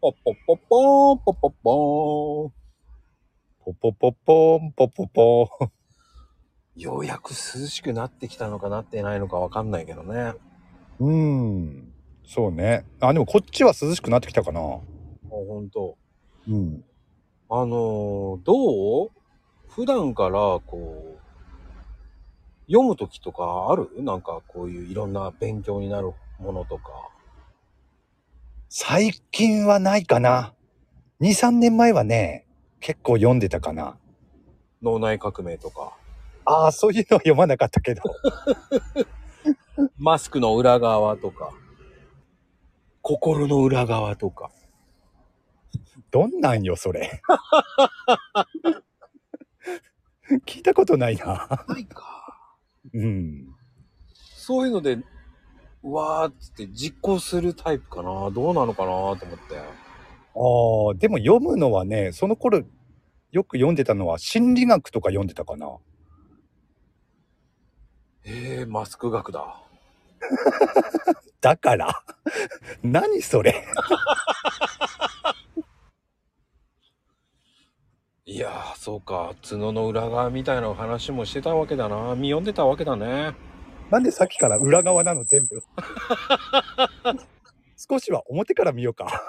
ポッポッポッポーン、ポッポッポーン。ポポポポーン、ポポポーン。ようやく涼しくなってきたのかなってないのかわかんないけどね。うーん。そうね。あ、でもこっちは涼しくなってきたかな。もうほんと。うん。あのーどう普段からこう、読むときとかあるなんかこういういろんな勉強になるものとか。最近はないかな。2、3年前はね、結構読んでたかな。脳内革命とか。ああ、そういうのは読まなかったけど。マスクの裏側とか。心の裏側とか。どんなんよ、それ。 聞いたことないな。ないか。うん。そういうので、うわーっつって実行するタイプかな。どうなのかなと思って。ああ、でも読むのはね、その頃よく読んでたのは心理学とか読んでたかな。えー、マスク学だ。だから、 何それ。いやー、そうか。角の裏側みたいな話もしてたわけだな。見読んでたわけだね。なんでさっき から裏側なの全部。少しは表から見ようか。